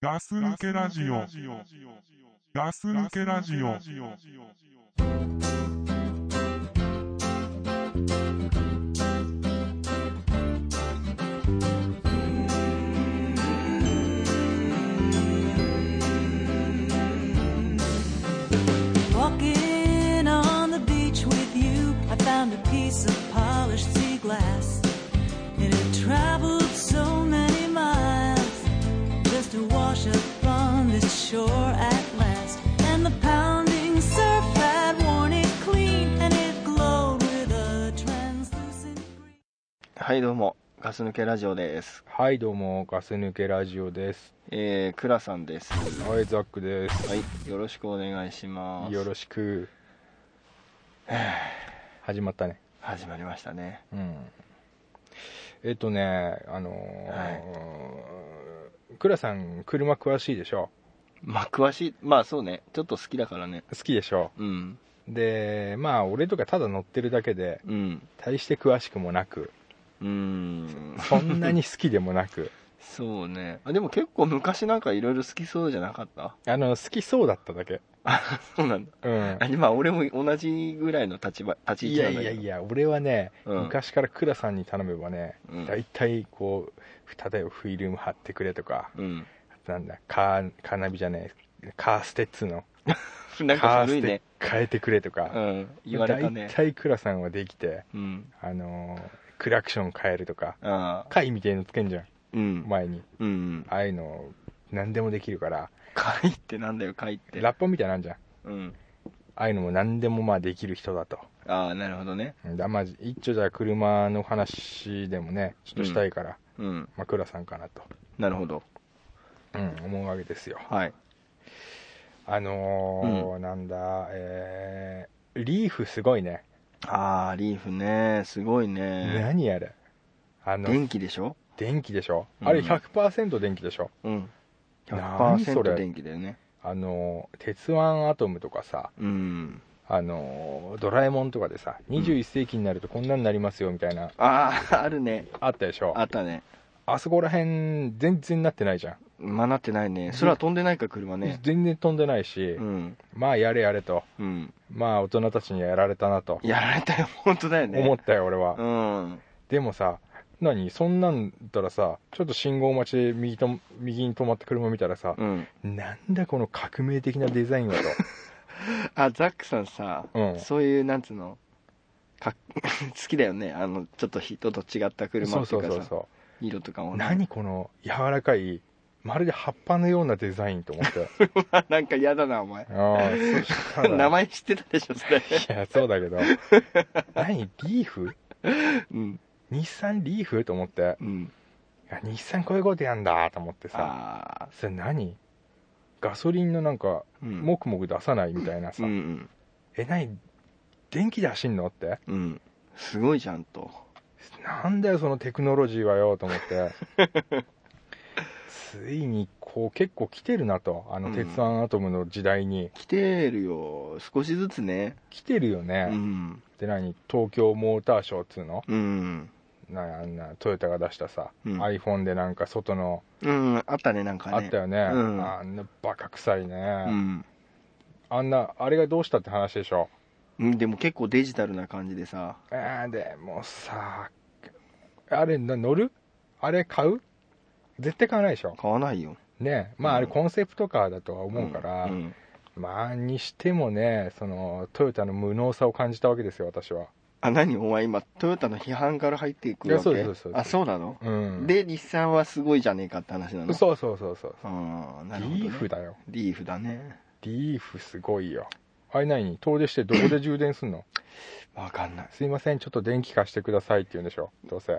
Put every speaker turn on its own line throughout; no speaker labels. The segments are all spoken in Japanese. ガス抜けラジオ。ガス抜けラジオ。
Walking on the beach with you, I found a piece of polished sea glass. It had traveled so many miles just to wash up on this shore at last. And the pounding surf had worn it clean, and it glowed with a translucent green.
はい、どうも。ガス抜けラジオです。
はいどうもガス抜けラジオです
えー、クラさんです。は
はいザックです、
い、よろしくお願いします。
よろしく 始まったね
始まりましたね。
うんえっとねあのー倉さん車詳しいでしょ
まあ、詳しい、まあそうね、ちょっと好きだからね。
好きでしょ
うん、
でまあ俺とかただ乗ってるだけで
うん、
大して詳しくもなく
うーん、
そんなに好きでもなく
そうね。あでも結構昔なんかいろいろ好きそうじゃなかった
あの好きそうだっただけ
あ、そうなんだ。
うん
あまあ俺も同じぐらいの立場、立ち
い
位置
や
なん
い
だけど。
やいや俺はね、
うん
昔から倉さんに頼めばね
うん
大体こう例えばフィルム貼ってくれとか
うん。
なんだカーカーナビじゃないカーステッツの
なん
カ
か
ー
古
ス
い
テ
ね。
変えてくれと
う
か、
ん、言われた
大
ね。
体倉さんはできて、
うん。
あのークラクション変えるとか
ああ、
貝みたいのつけんじゃん
うん。
前に
うん。
ああいうの何でもできるから
書いってなんだよ、書いって。
ラッパみたいなんじゃんあ
うん。
あいうのも何でもまあできる人だと
ああ、なるほどね。
だまあ一応じゃあ車の話でもねちょっとしたいから、
うん。
まあ、倉さんかなと、
なるほど。
うん、思うわけですよ
はい。
あのーなんだえーリーフすごいね
ああ、リーフね、すごいね。
何あれあの
電気でしょ
電気でしょ
うん
あれ100%電気でしょ、
うん。
何そ
100%
れ
電気だよね。
あの鉄腕アトムとかさ
うん。
あのドラえもんとかでさ21世紀になるとこんなになりますよみたいな、
あ あ、あるね。
あったでしょ
あ
あ
ったね。
そこら辺全然なってないじゃん、
まあ、なってないね。空飛んでないか、車ね。
全然飛んでないし、
うん。
まあやれやれと
うん。
まあ大人たちにはやられたなと
やられたよ、 本当だよね。
思ったよ俺は、
うん。
でもさ何そんなんだったらさちょっと信号待ちで右と右に止まった車見たらさ
う、ん。
なんだこの革命的なデザインはと
あ、ザックさんさ、
うん
そういう、なんつうの、か 好きだよね。あの、ちょっと人と違った車
そ
って
う
い
そうう
かさ、
そうそう
色とかもね。
何この柔らかいまるで葉っぱのようなデザインと思って
なんか嫌だな、お前。
ああそしたら
名前知ってたでしょ、それ。
いやそうだけ ど何リーフ
うん。
日産リーフと思って
うん。
いや日産こういうことやんだと思ってさ
ああ。
それ何ガソリンのなんか
うん
もくもく出さないみたいなさ、
うんうん。
え何電気で走んのって
うん、すごいじゃんと。
なんだよそのテクノロジーはよと思って ついにこう結構来てるなとあ
う
の
ん
鉄腕アトムの時代に、
来てるよ、少しずつね。
来てるよね、
うん、
で何東京モーターショーっつうの
うん、
なあんなトヨタが出したさ、
うん
iPhone でなんか外の
うん、あったね、なんかね。
あったよね、
うん
あんなバカ臭いね、
うん
あんなあれがどうしたって話でしょ
うん、でも結構デジタルな感じでさ、
あーでもさあれな乗るあれ買う絶対買わないでしょ
買わないよ。
ねま
う
あ
ん
あれコンセプトカーだとは思うから、
ん
まあにしてもねそのトヨタの無能さを感じたわけですよ私は
あ、何お前今、トヨタの批判から入っていくわけ
いやそうですそうです
あ、そうなの、
うん
で、日産はすごいじゃねえかって話なの。
そうそうそうそう
うん、なるほど、ね。
リーフ。だよ
リーフだね。
リーフすごいよあれ何遠出してどこで充電すんの
わかんない。
すいませんちょっと電気貸してくださいって言うんでしょどうせ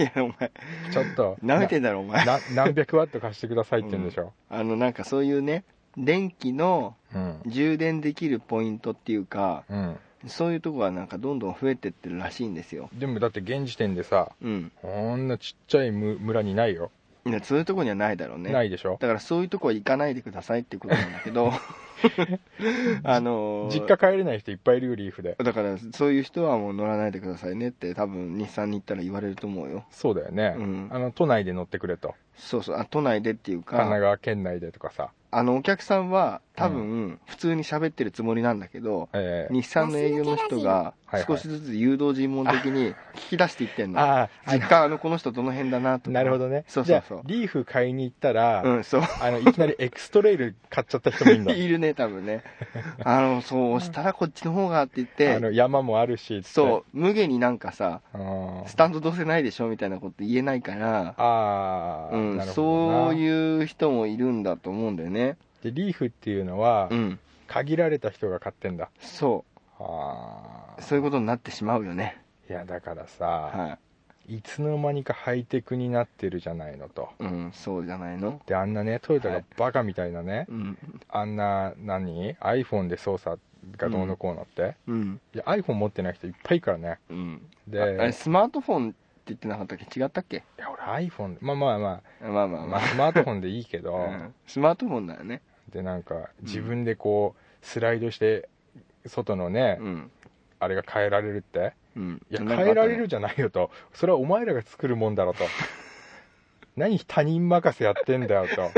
いや、お前、
ちょっと
舐めてんだろ、お前。
な何百ワット貸してくださいって言うんでしょ、
あの、なんかそういうね、電気の
うん
充電できるポイントっていうか、
うん
そういうとこがなんかどんどん増えてってるらしいんですよ。
でもだって現時点でさ
うん。
こんなちっちゃいむ村にないよ、
ねそういうとこにはないだろうね。
ないでしょ
だからそういうとこは行かないでくださいっていうことなんだけ ど、あのー
実家帰れない人いっぱいいるよリーフで
だからそういう人はもう乗らないでくださいねって多分日産に行ったら言われると思うよ。
そうだよね、
うん
あの都内で乗ってくれと
そうそうあ都内でっていう
神奈
か
川県内でとかさ、
あのお客さんは多分普通に喋ってるつもりなんだけど、
えー
日産の営業の人が
ガス抜けラジ
少
オ
しずつ誘導尋問的に聞き出していってんの
ああ
実家あのこの人どの辺だなとか
なるほどね
そうそう
じ
そ
ゃあ
う
リーフ買いに行ったら、
うんそう
あのいきなりエクストレイル買っちゃった人もいるんだ
いるね多分 ねあのそうしたらこっちの方がって言って
あの山もあるし
そう無限になんかさ
う、うん、
スタンドどうせないでしょみたいなこと言えないから、
ああ、
うん
な、るほど
そ
な
ういう人もいるんだと思うんだよね
でリーフっていうのは、
うん
限られた人が買ってんだ
そ
あ
う
あ
そういうことになってしまうよね
いやだからさ、、
はい
つの間にかハイテクになってるじゃないのと
いうんそうじゃないの
であんなねトヨタ
は
が
い
バカみたいなね、
うん
あんな何 iPhone で操作がどうのこうのって、
うん
いや iPhone 持ってない人いっぱいいるからね
うん
で
ああれスマートフォンって言ってなかったっけ違ったっけ
いや俺 iPhone まあまあま
まあま
あ、
あ
ま
ま
あ、
あ、
スマートフォンでいいけど、
うんスマートフォンだよね
でなんか自分でこうスライドして外のね、
うん
あれが変えられるって
うん
いや
なんかあった
変
ね
えられるじゃないよとそれはお前らが作るもんだろと 何他人任せやってんだよと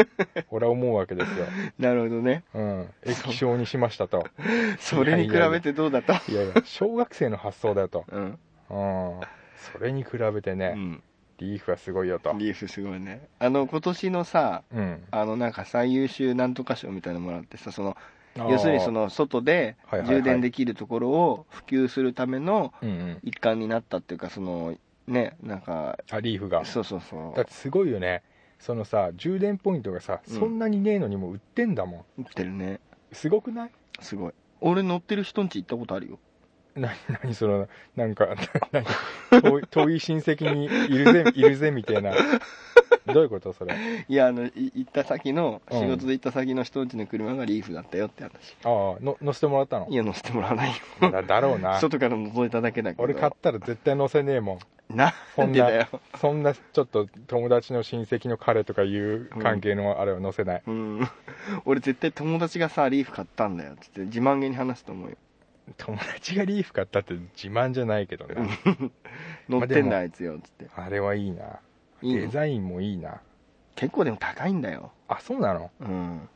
俺は思うわけですよ、
なるほどね
うん、液晶にしましたと
それに比べてどうだった
いやいや小学生の発想だよと、
うん、
うん、それに比べて
う
ね、
ん、
リーフはすごいよと、
リーフすごいねあの今年のさ
うん、
あのなんか最優秀なんとか賞みたいなのもらってさその要するにその外で
はいはいはい
充電できるところを普及するための
あー、うんうん、
一環になったっていうかそのねなんか
あリーフが
そうそうそ
だってすごいよねそのさ充電ポイントがさ、
うん
そんなにねえのにもう売ってんだもん
う来てるね
すごくない
すごい俺乗ってる人んち行ったことあるよ
な何そのなんか な何遠い遠い親戚にい るぜいるぜみたいなどういうことそれあ
いやあのい行った先の
うん
仕事で行った先の人んちの車がリーフだったよって話
あの乗せてもらったの
いや乗せてもらわないよ
だだろうな
外から覗いただけだけど
俺買ったら絶対乗せねえもん
なんでだよ
そんなちょっと友達の親戚の彼とかいう関係のあれは乗せない、
うん、 俺絶対友達がさリーフ買ったんだよっつって自慢げに話すと思うよ
友達がリーフ買ったって自慢じゃないけどな
乗ってん
まあでも
だあいつよっつって
あれはいいない
いの
デザインもいいな
結構でも高いんだよ
あそうなの
うん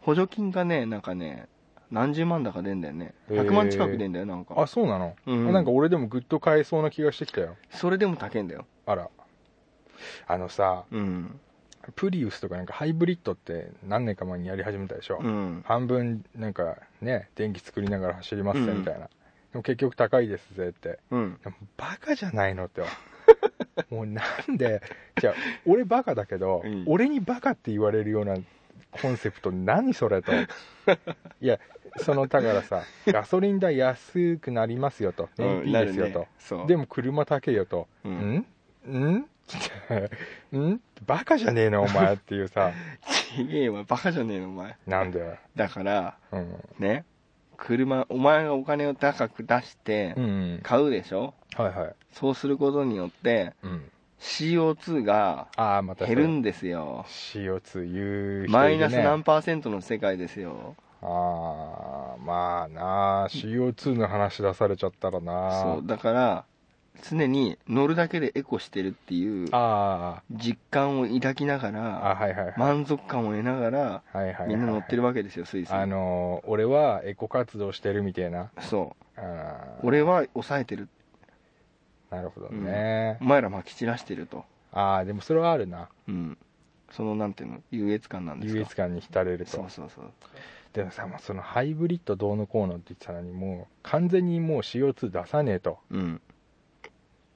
補助金がねなんかね何十万だか出んだよね
へー
100万近く出んだよなんか
あそうなの、
うん
なんか俺でもグッと買えそうな気がしてきたよ
それでも高いんだよ
あらあのさ
うん
プリウスとかなんかハイブリッドって何年か前にやり始めたでしょ、
うん
半分なんかね電気作りながら走りますぜ
うん
みたいな、でも結局高いですぜって
うん
でもバカじゃないのって もうなんでじゃあ俺バカだけど、
うん
俺にバカって言われるようなコンセプト何そ れといやそのだからさガソリン代安くなりますよと燃
うん
費いいですよと、
そう
でも車高えよと
うん
んん んバカじゃねえのお前ってい うさ
ちげえわバカじゃねえのお前
なんだよ、
だから
うん、
ね車お前がお金を高く出して
うんうん
買うでしょ、
はいはい、
そうすることによって
うん、
CO2 が
ああまたそ
減
れ
るんですよ
CO2 言う人いる、ね、
マイナス何パーセントの世界ですよ
ああまあなあ CO2 の話出されちゃったらな
そうだから常に乗るだけでエコしてるっていう
あ
実感を抱きなが
ああ
ら
はいはいはい、
満足感を得ながら
はいはいはい
みんな乗ってるわけですよスイス
あのー俺はエコ活動してるみたいな
そう
あー
俺は抑えてる
なるほどね
お、前らまき散らしてると
ああでもそれはあるな
うんそのなんていうの優越感なんです
優
か
越感に浸れると
そうそうそう
でもさもうそのハイブリッドどうのこうのって言ってたのにもう完全にもう CO2 出さねえと
うん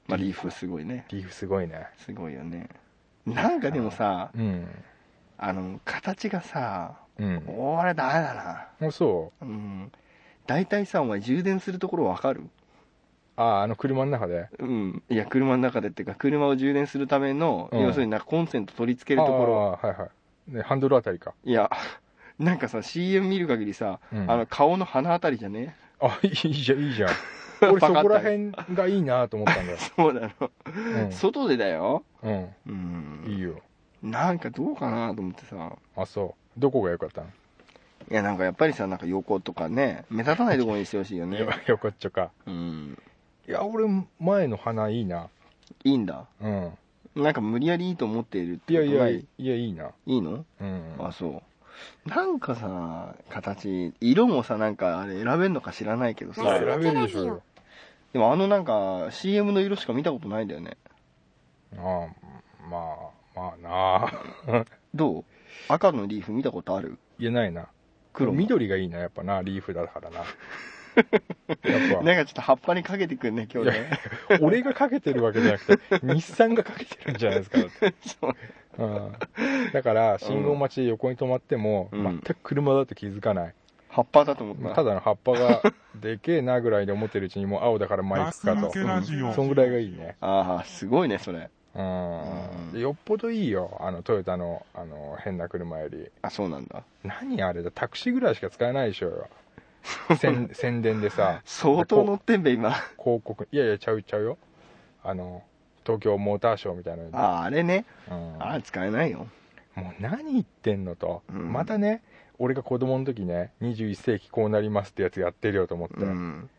まあリーフすごいね
リーフすごいね
すごいよねなんかでもさ
うん
あの形がさ
うん
おーあれダメだな
あそう
うん大体さお前充電するところわかる
あああの車の中で
うんいや車の中でっていうか車を充電するための、
うん
要するになんかコンセント取り付けるところ
ああはいはい、ね、ハンドルあたりか、
いや なんかさ CM 見る限りさ、
うん
あの顔の鼻あたりじゃね
あいいじゃんいいじゃん俺
バ
そ
カ
こら辺がいいなと思ったんだよ、
そうなの、
う
外でだよ
ん
う
うん、いい
ん
よ
なんかどうかなと思ってさ
あそうどこが良かったの、
いやなんかやっぱりさなんか横とかね目立たないところにしてほしいよ ね
よ横っちょか
うん
いや俺前の花いいない
いんだ
うん
なんか無理やりいいと思っているって
いや
こと
い
な
や
い
いやいいない
いの
うん
あそうなんかさ形色もさなんかあれ選べんのか知らないけどさ、
はい
選べるでしょうよ
でもあのなんか CM の色しか見たことないんだよね
ああまあまあなあ
どう赤のリーフ見たことある
言えないな
黒も
緑がいいなやっぱなリーフだか らなやっぱ
なんかちょっと葉っぱにかけてくんね今日ね
俺がかけてるわけじゃなくて日産がかけてるんじゃないですかだって、
そう
うん、だから信号待ちで横に止まっても、
うん
全く車だと気づかない、
葉っぱだと思った、
ただの葉っぱが でけえなぐらいで思ってるうちにもう青だから前行
ガ
く
ス
か
抜
と
けラジオ。
そんぐらいがいいね
ああすごいねそれ
うん
うん
よっぽどいいよあのトヨタのあの変な車より
あそうなんだ
何あれだタクシーぐらいしか使えないでし ょうよ宣宣伝でさ
相当乗ってんべ今
広告いやいやちゃうちゃうよあの東京モーターショーみたいなのに
あああれね
うん
ああ使えないよ
もう何言ってんのと、
うん
またね俺が子供の時ね21世紀こうなりますってやつやってるよと思って、
う
あん
ん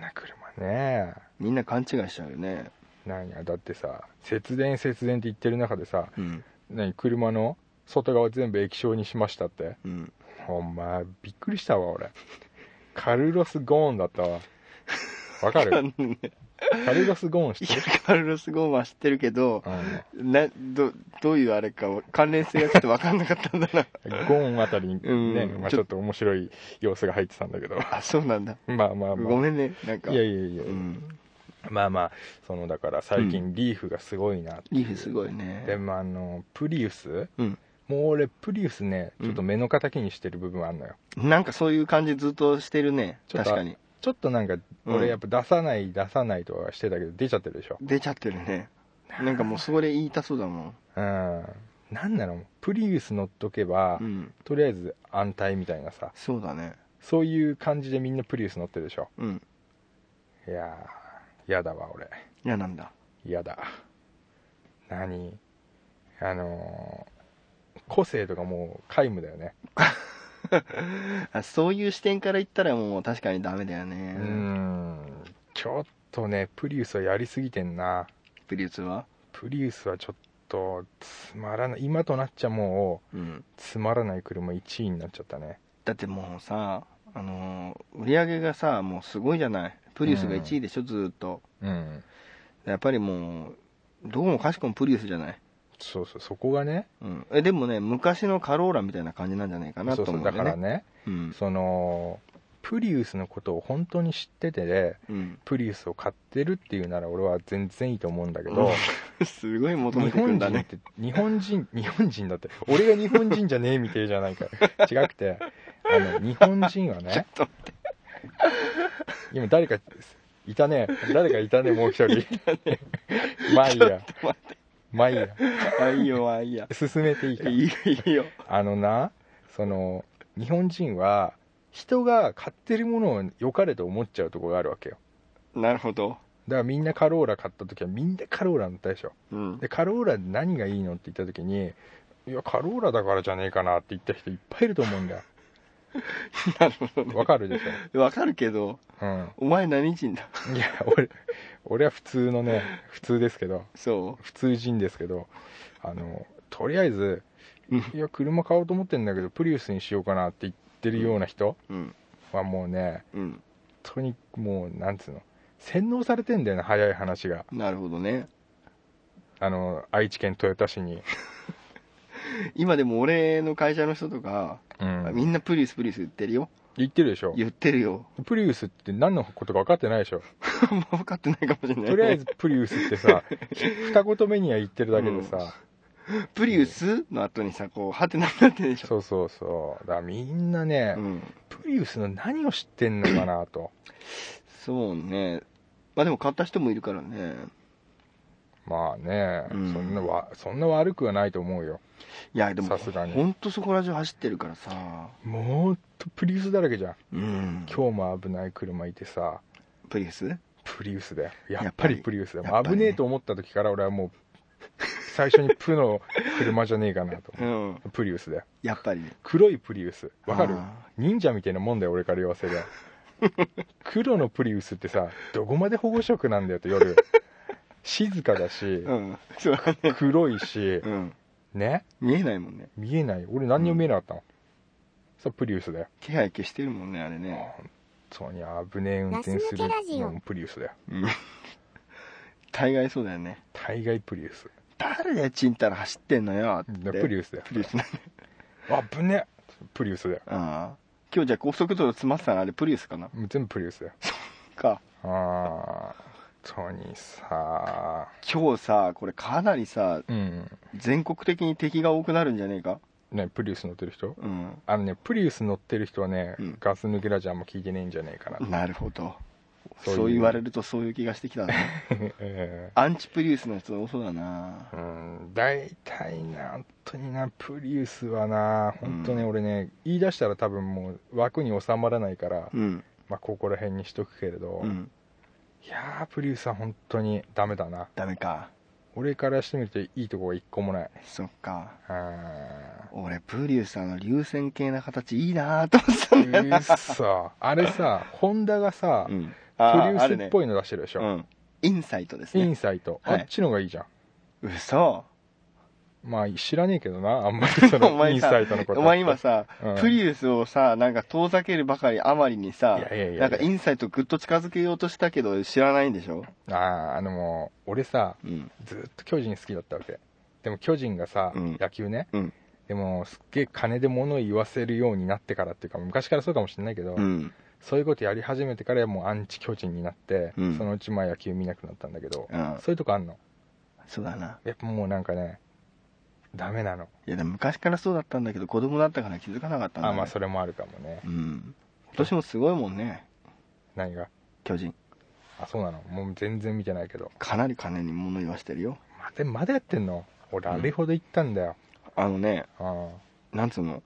な車ね
みんな勘違いしちゃうよね
何やだってさ節電節電って言ってる中でさ
うん
何車の外側全部液晶にしましたって
うん
お前びっくりしたわ俺カルロス・ゴーンだったわ わかるカルロス・ゴーン知
い
ってる
や、カルロス・ゴーンは知ってるけど、などどういうあれか関連性がちょっと分かんなかったんだ な
うんゴーンあたりにね、
うん
まあ、ちょっと面白い様子が入ってたんだけど
あそうなんだ
まあまあまあ
ごめんねなんか
いやいやいや、
うん、
まあまあそのだから最近リーフがすごいなって
リーフすごい
で
ね
もあのプリウス、
うん
もう俺プリウスねちょっと目の敵にしてる部分あんのよ、
なんかそういう感じずっとしてるね
ちょっと
確かに
ちょっとなんか
う
俺
ん
やっぱ出さない、出さないとかしてたけど出ちゃってるでしょ
出ちゃってるねなんかもうそれ言いたそうだ もん、
うんなんなのプリウス乗っとけば、
うん、
とりあえず安泰みたいなさ
そうだね
そういう感じでみんなプリウス乗ってるでしょ
うん
いやーやだわ俺
嫌なんだ
やだ何あのー個性とかもう皆無だよね
あそういう視点から言ったらもう確かにダメだよ
う
ね、
んちょっとねプリウスはやりすぎてんな
プリウスは
プリウスはちょっとつまらない今となっちゃも
うん
うつまらない車1位になっちゃったね
だってもうさあのー売り上げがさもうすごいじゃないプリウスが1位でしょ、ずーっと
うん
やっぱりもうどうもかしこもプリウスじゃない、
そうそうそこがね
うん、えでもね昔のカローラみたいな感じなんじゃないかなと
そう
思
そううん
だ
だ
よね
からね
うん
そのプリウスのことを本当に知っててで
うん、
プリウスを買ってるっていうなら俺は全然いいと思うんだけ
う
ど
んすごい求め
日
てくん
本
だ
人っ
ね
て日本人日本人だって俺が日本人じゃねえみてえじゃないから違くてあの日本人はね
ちょっと
今誰かいたね誰かいたねもう一人まあいいや
待
まあいいや
ってあいいよあいいや
進めていいか
いいよいいよ
あのなその日本人は人が買ってるものを良かれと思っちゃうとこがあるわけよ
なるほど
だからみんなカローラ買った時はみんなカローラ乗ったでしょ
うん
でカローラで何がいいのって言った時にいやカローラだからじゃねえかなって言った人いっぱいいると思うん だよ
なるほどね
わかるでし
わかるけど
ょ、うん、
お前何人だ
いや俺俺は普通のね普通ですけど
そ
普通人ですけどあのとりあえず
うん
いや車買おうと思ってんだけどプリウスにしようかなって言ってるような人
ううん
はもうね
うん
本当にもうなんつうの洗脳されてんだよね早い話が
なるほどね
あの愛知県豊田市に、
今でも俺の会社の人とか、
うん、
みんなプリウスプリウス言ってるよ
言ってるでしょ
言ってるよ
プリウスって何のことか分かってないでしょ
あんま分かってないかもしれないね
とりあえずプリウスっ てさ二言目には言ってるだけでさ、
プリウスの後にさこうハテナになってるでしょ
そうそうそうだからみんなね、
うん
プリウスの何を知ってんのかなと
そうねまあでも買った人もいるからね
まあね、
うん
そんなわそんな悪くはないと思うよ
いやでも
さすがに
ほんとそこら中走ってるからさ
もっとプリウスだらけじゃん
うん
今日も危ない車いてさ
プリウス
プリウスだよや
や
っ
っ
ぱ
ぱ
り
り
プリウスだよ、
やっぱ
危
りね
ねえと思った時から俺はもう最初にプの車じゃねえかなと
うん
プリウスだよ
やっぱりね
黒いプリウスわかる
あ
忍者みたいなもんだよ俺から言わ せりゃ黒のプリウスってさどこまで保護色なんだよと夜静かだし
うん。そうだね。
黒いし
うん。
ね
見えないもんね。
見えない俺何にも見えなかったの、さプリウスだよ
気配消してるもんね、あれね。
そうに危ねえ運転する
ガス抜けラジオ
うんプリウスだよ
うん。大概そうだよね。
大概プリウス
誰だよ、ちんたら走ってんのよ。って
プリウスだよ
プリウスなんだよ。
あぶねえプリウスだよ
ああ。今日じゃあ高速道路詰まってたのあれプリウスかな
もう全部プリウスだよ
か。
ああ本当にさ
今日さ、これかなりさ、
うん
全国的に敵が多くなるんじゃねえか
ねプリウス乗ってる人
うん。
あのねプリウス乗ってる人はね、
うん
ガス抜けラジオあんま聞いてねえんじゃねえかな、
なるほど。
そういう
そう言われるとそういう気がしてきたな。
え
アンチプリウスの人多そうだな
ーうん大体な本当になプリウスはな本当ね、俺ね言い出したら多分もう枠に収まらないから、
うん。
まあここら辺にしとくけれど、
うん。
いやープリウスは本当にダメだな
ダメか。
俺からしてみるといいとこが一個もない
そっか。
あ
俺、プリウスあの流線形な形いいなぁと思ってたんだよ
ー
な。
う っそあれさホンダがさ、
う
プ
ん。
リウ
あ
ス
る
っ
ね
ぽいの出してるでしょ、
うん。インサイトです
イン
ね。
サイト、
はい
あっちの方がいいじゃん
嘘
まあ知らねえけどなあんま りそ
お
のイ
前
ン
さ
サイトのこと
お前今さ、
うん
プリウスをさ、なんか遠ざけるばかりあまりにさ
いやいやいやい、や
なんかインサイトぐっと近づけようとしたけど知らないんでしょ
あああのもう俺さ
うん。
ずっと巨人好きだったわけでも巨人がさ、
うん
野球ね、
うん
でもすっげえ金で物を言わせるようになってからっていうか昔からそうかもしれないけど、
うん。
そういうことやり始めてからもうアンチ巨人になって、
うん
そのうちまあ野球見なくなったんだけど、
うん
そういうとこあんの
そうだな。
やっぱもうなんかねダメなの
いや、でも昔からそうだったんだけど、子供だったから気づかなかったんだ、
あ
ね。
まあそれもあるかもね
うん。今年もすごいもんね、
何が
巨人。
あそうなのもう全然見てないけど
かなり金に物言わしてるよ。
まだまだやってんの俺あれほど言ったんだよ、
あのね、
あ
なんつうの、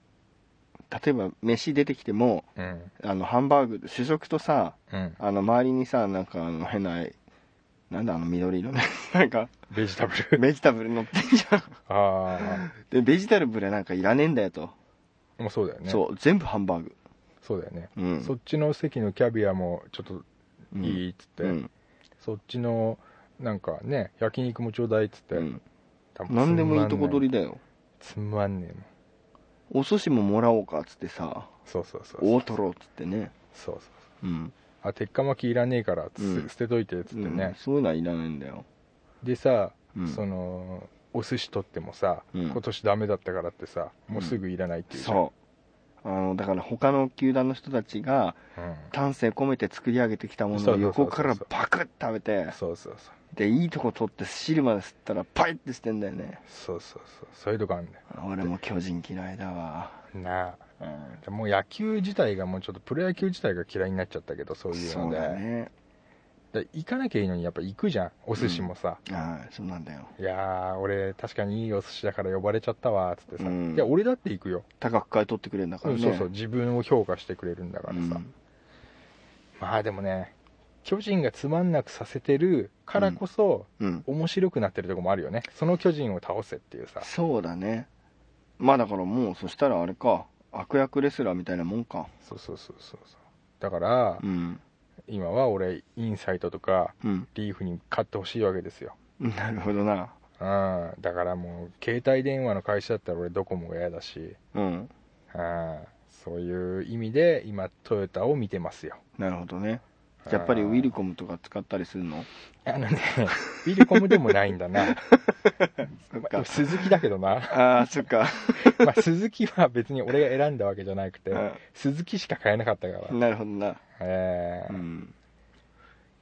例えば飯出てきても、
あうん
あの、ハンバーグ、主食とさ、
うん
あの、周りにさ、なんかあの、変な、なんだあの緑色の、 なんか、
ベジタブ ル
ベジタブル乗ってんじ ゃん。
ああ
で、ベジタブルなんかいらねえんだよと。
もうそうだよね
そう、全部ハンバーグ。
そうだよね、
うん
そっちの席のキャビアもちょっといいっつって、
うん。
そっちのなんかね焼肉もちょうだいっつって、
うん。
多分
なんでもいいとこ取り
り
だよ。
つまんねえもん
お寿司ももらおうかっつってさ、
そうそうそうそう
大トロっつってね。
そうそう
うん。
あ鉄火巻きいらねえからっつって、
うん
捨てといてっつって
うん
ね、
そういうのはいらないんだよ。
でさ、
うん
そのお寿司取ってもさ、
うん
今年ダメだったからってさもうすぐいらないっていうじゃん、
そう。あの、だから他の球団の人たちが、
うん
丹精込めて作り上げてきたもの
そ
を
うそうそうそう
横からパクッ食べて、
そうそうそう
で、いいとこ取って汁まで吸ったらパイって捨てんだよね。
そうそうそうそういうとこあんだよ
俺も巨人嫌いだわ。
な
うん。
あもう野球自体がもうちょっとプロ野球自体が嫌いになっちゃったけどそういう
そ
の
う
で
だね。
で行かなきゃいいのにやっぱ行くじゃんお寿司もさ、
ああ、そうなんだよ。
いやー俺確かにいいお寿司だから呼ばれちゃったわっつってさ、
うん
いや俺だって行くよ、
高く買い取ってくれるんだから
うん
ね。
そうそう自分を評価してくれるんだから
う
さ、
ん。
まあでもね巨人がつまんなくさせてるからこそ、
うん。
面白くなってるとこもあるよねその巨人を倒せっていうさ
そうだね。まあだからもう、そしたらあれか、悪役レスラーみたいなもんか。
そうそうそうそうそうだから、
うん。
今は俺インサイトとか
うん。
リーフに買ってほしいわけですよ
なるほどな。
うんだからもう携帯電話の会社だったら俺ドコモが嫌だし
うん。
うんそういう意味で今トヨタを見てますよ
なるほどね。やっぱりウィルコムとか使ったりするの
あのね、ウィルコムでもないんだな。
そっ
ま
か
あ。鈴木だけどな。
ああ、そっか。
まあ、鈴木は別に俺が選んだわけじゃなくて
うん、
鈴木しか買えなかったか ら。
なるほどな。
え
う
ー
ん。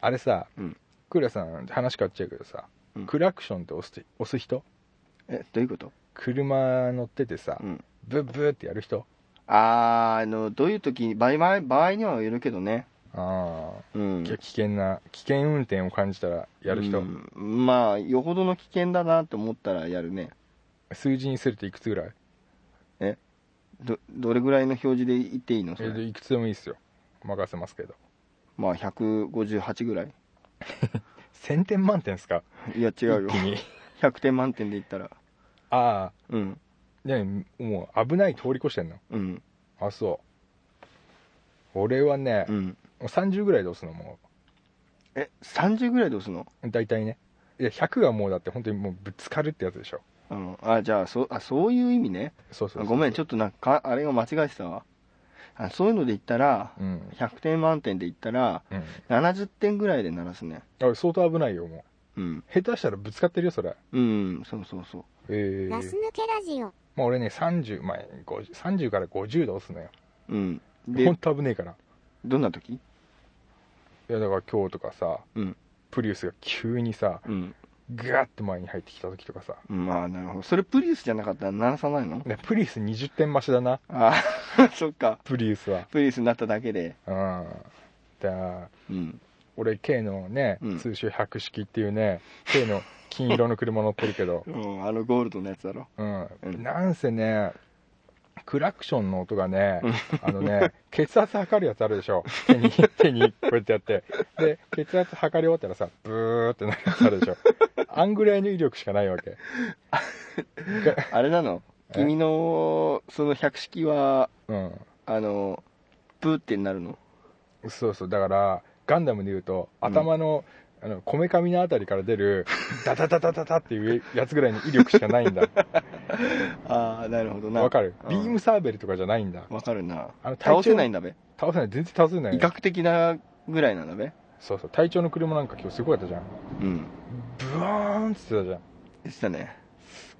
あれさ、
うん
クーラさん話変わっちゃうけどさ、
うん
クラクションって押す押す人
え、どういうこと
車乗っててさ、
うん。
ブッブーってやる人
あーあの、どういう時に、場合場合場合にはよるけどね。
ああ、
うん。
き危険な、危険運転を感じたらやる人、
うんまあ、よほどの危険だなと思ったらやるね。
数字にするといくつぐらい
ど、どれぐらいの表示で言っていいのそ
えー
れ。
いくつでもいいですよ。任せますけど。
まあ、158ぐらい。
1000点満点で すか
いや、違うよ
一気。に。
100点満点で言ったら。
ああ、
うん。
ねもう危ない通り越してんの
うん。
あそう俺はね、
う
も
ん。
う30ぐらいで押すのも
え、30ぐらいで押すの
う大体ねいや100はもうだって本当にもうぶつかるってやつでしょ
あのあじゃあそあそういう意味ね
そうそうそう
あごめんちょ
っ
っとなんかかあれが間違えてたわあそういうので言ったら
とうん、
100点満点で言ったら
うん
70点ぐらいで鳴らすね
あ、相当危ないよも
うん
う下手したらぶつかってるよそれ
うんそうそうそう
ええ
ガス抜けラジオ。
まあ俺ね30前50 30から50で押すのよ
うん
ほん
で
と危ねえから
どんな時
いやだから今日とかさ、
うん
プリウスが急にさ
うん
ガーって前に入ってきた時とかさ
まあなるほどそれプリウスじゃなかったら鳴らさないの
ねプリウス20点増しだな
あ そっか
プリウスは
プリウスになっただけで
うんだから
うん
俺 K のね、
うん、
通称百式っていうね K の金色の車乗ってるけど
うんあのゴールドのやつだろ
うん
ん
なんせねクラクションの音がね
うん、
あのね、血圧測るやつあるでしょ。手 に、手にこうやってやって。で、血圧測り終わったらさ、ブーってなるやつ あるでしょ。あんぐらいの威力しかないわけ。が
あれなの
え
君のその百式は
う
あのプーってなるの
ん。そうそう。だから、ガンダムで言うと、頭の、あの、こめかみのあたりから出る、ダダダダダダっていうやつぐらいの威力しかない んだ。
ああなるほどな
わかる、
うん
ビームサーベルとかじゃないんだ
わかるな
あの体
倒
調
せないんだべ
倒せない全然倒せない
威嚇的なぐらいなんだべ
そうそう隊長の車なんか今日すごかったじゃん
うん
ブワーンっつってたじゃん
出てたね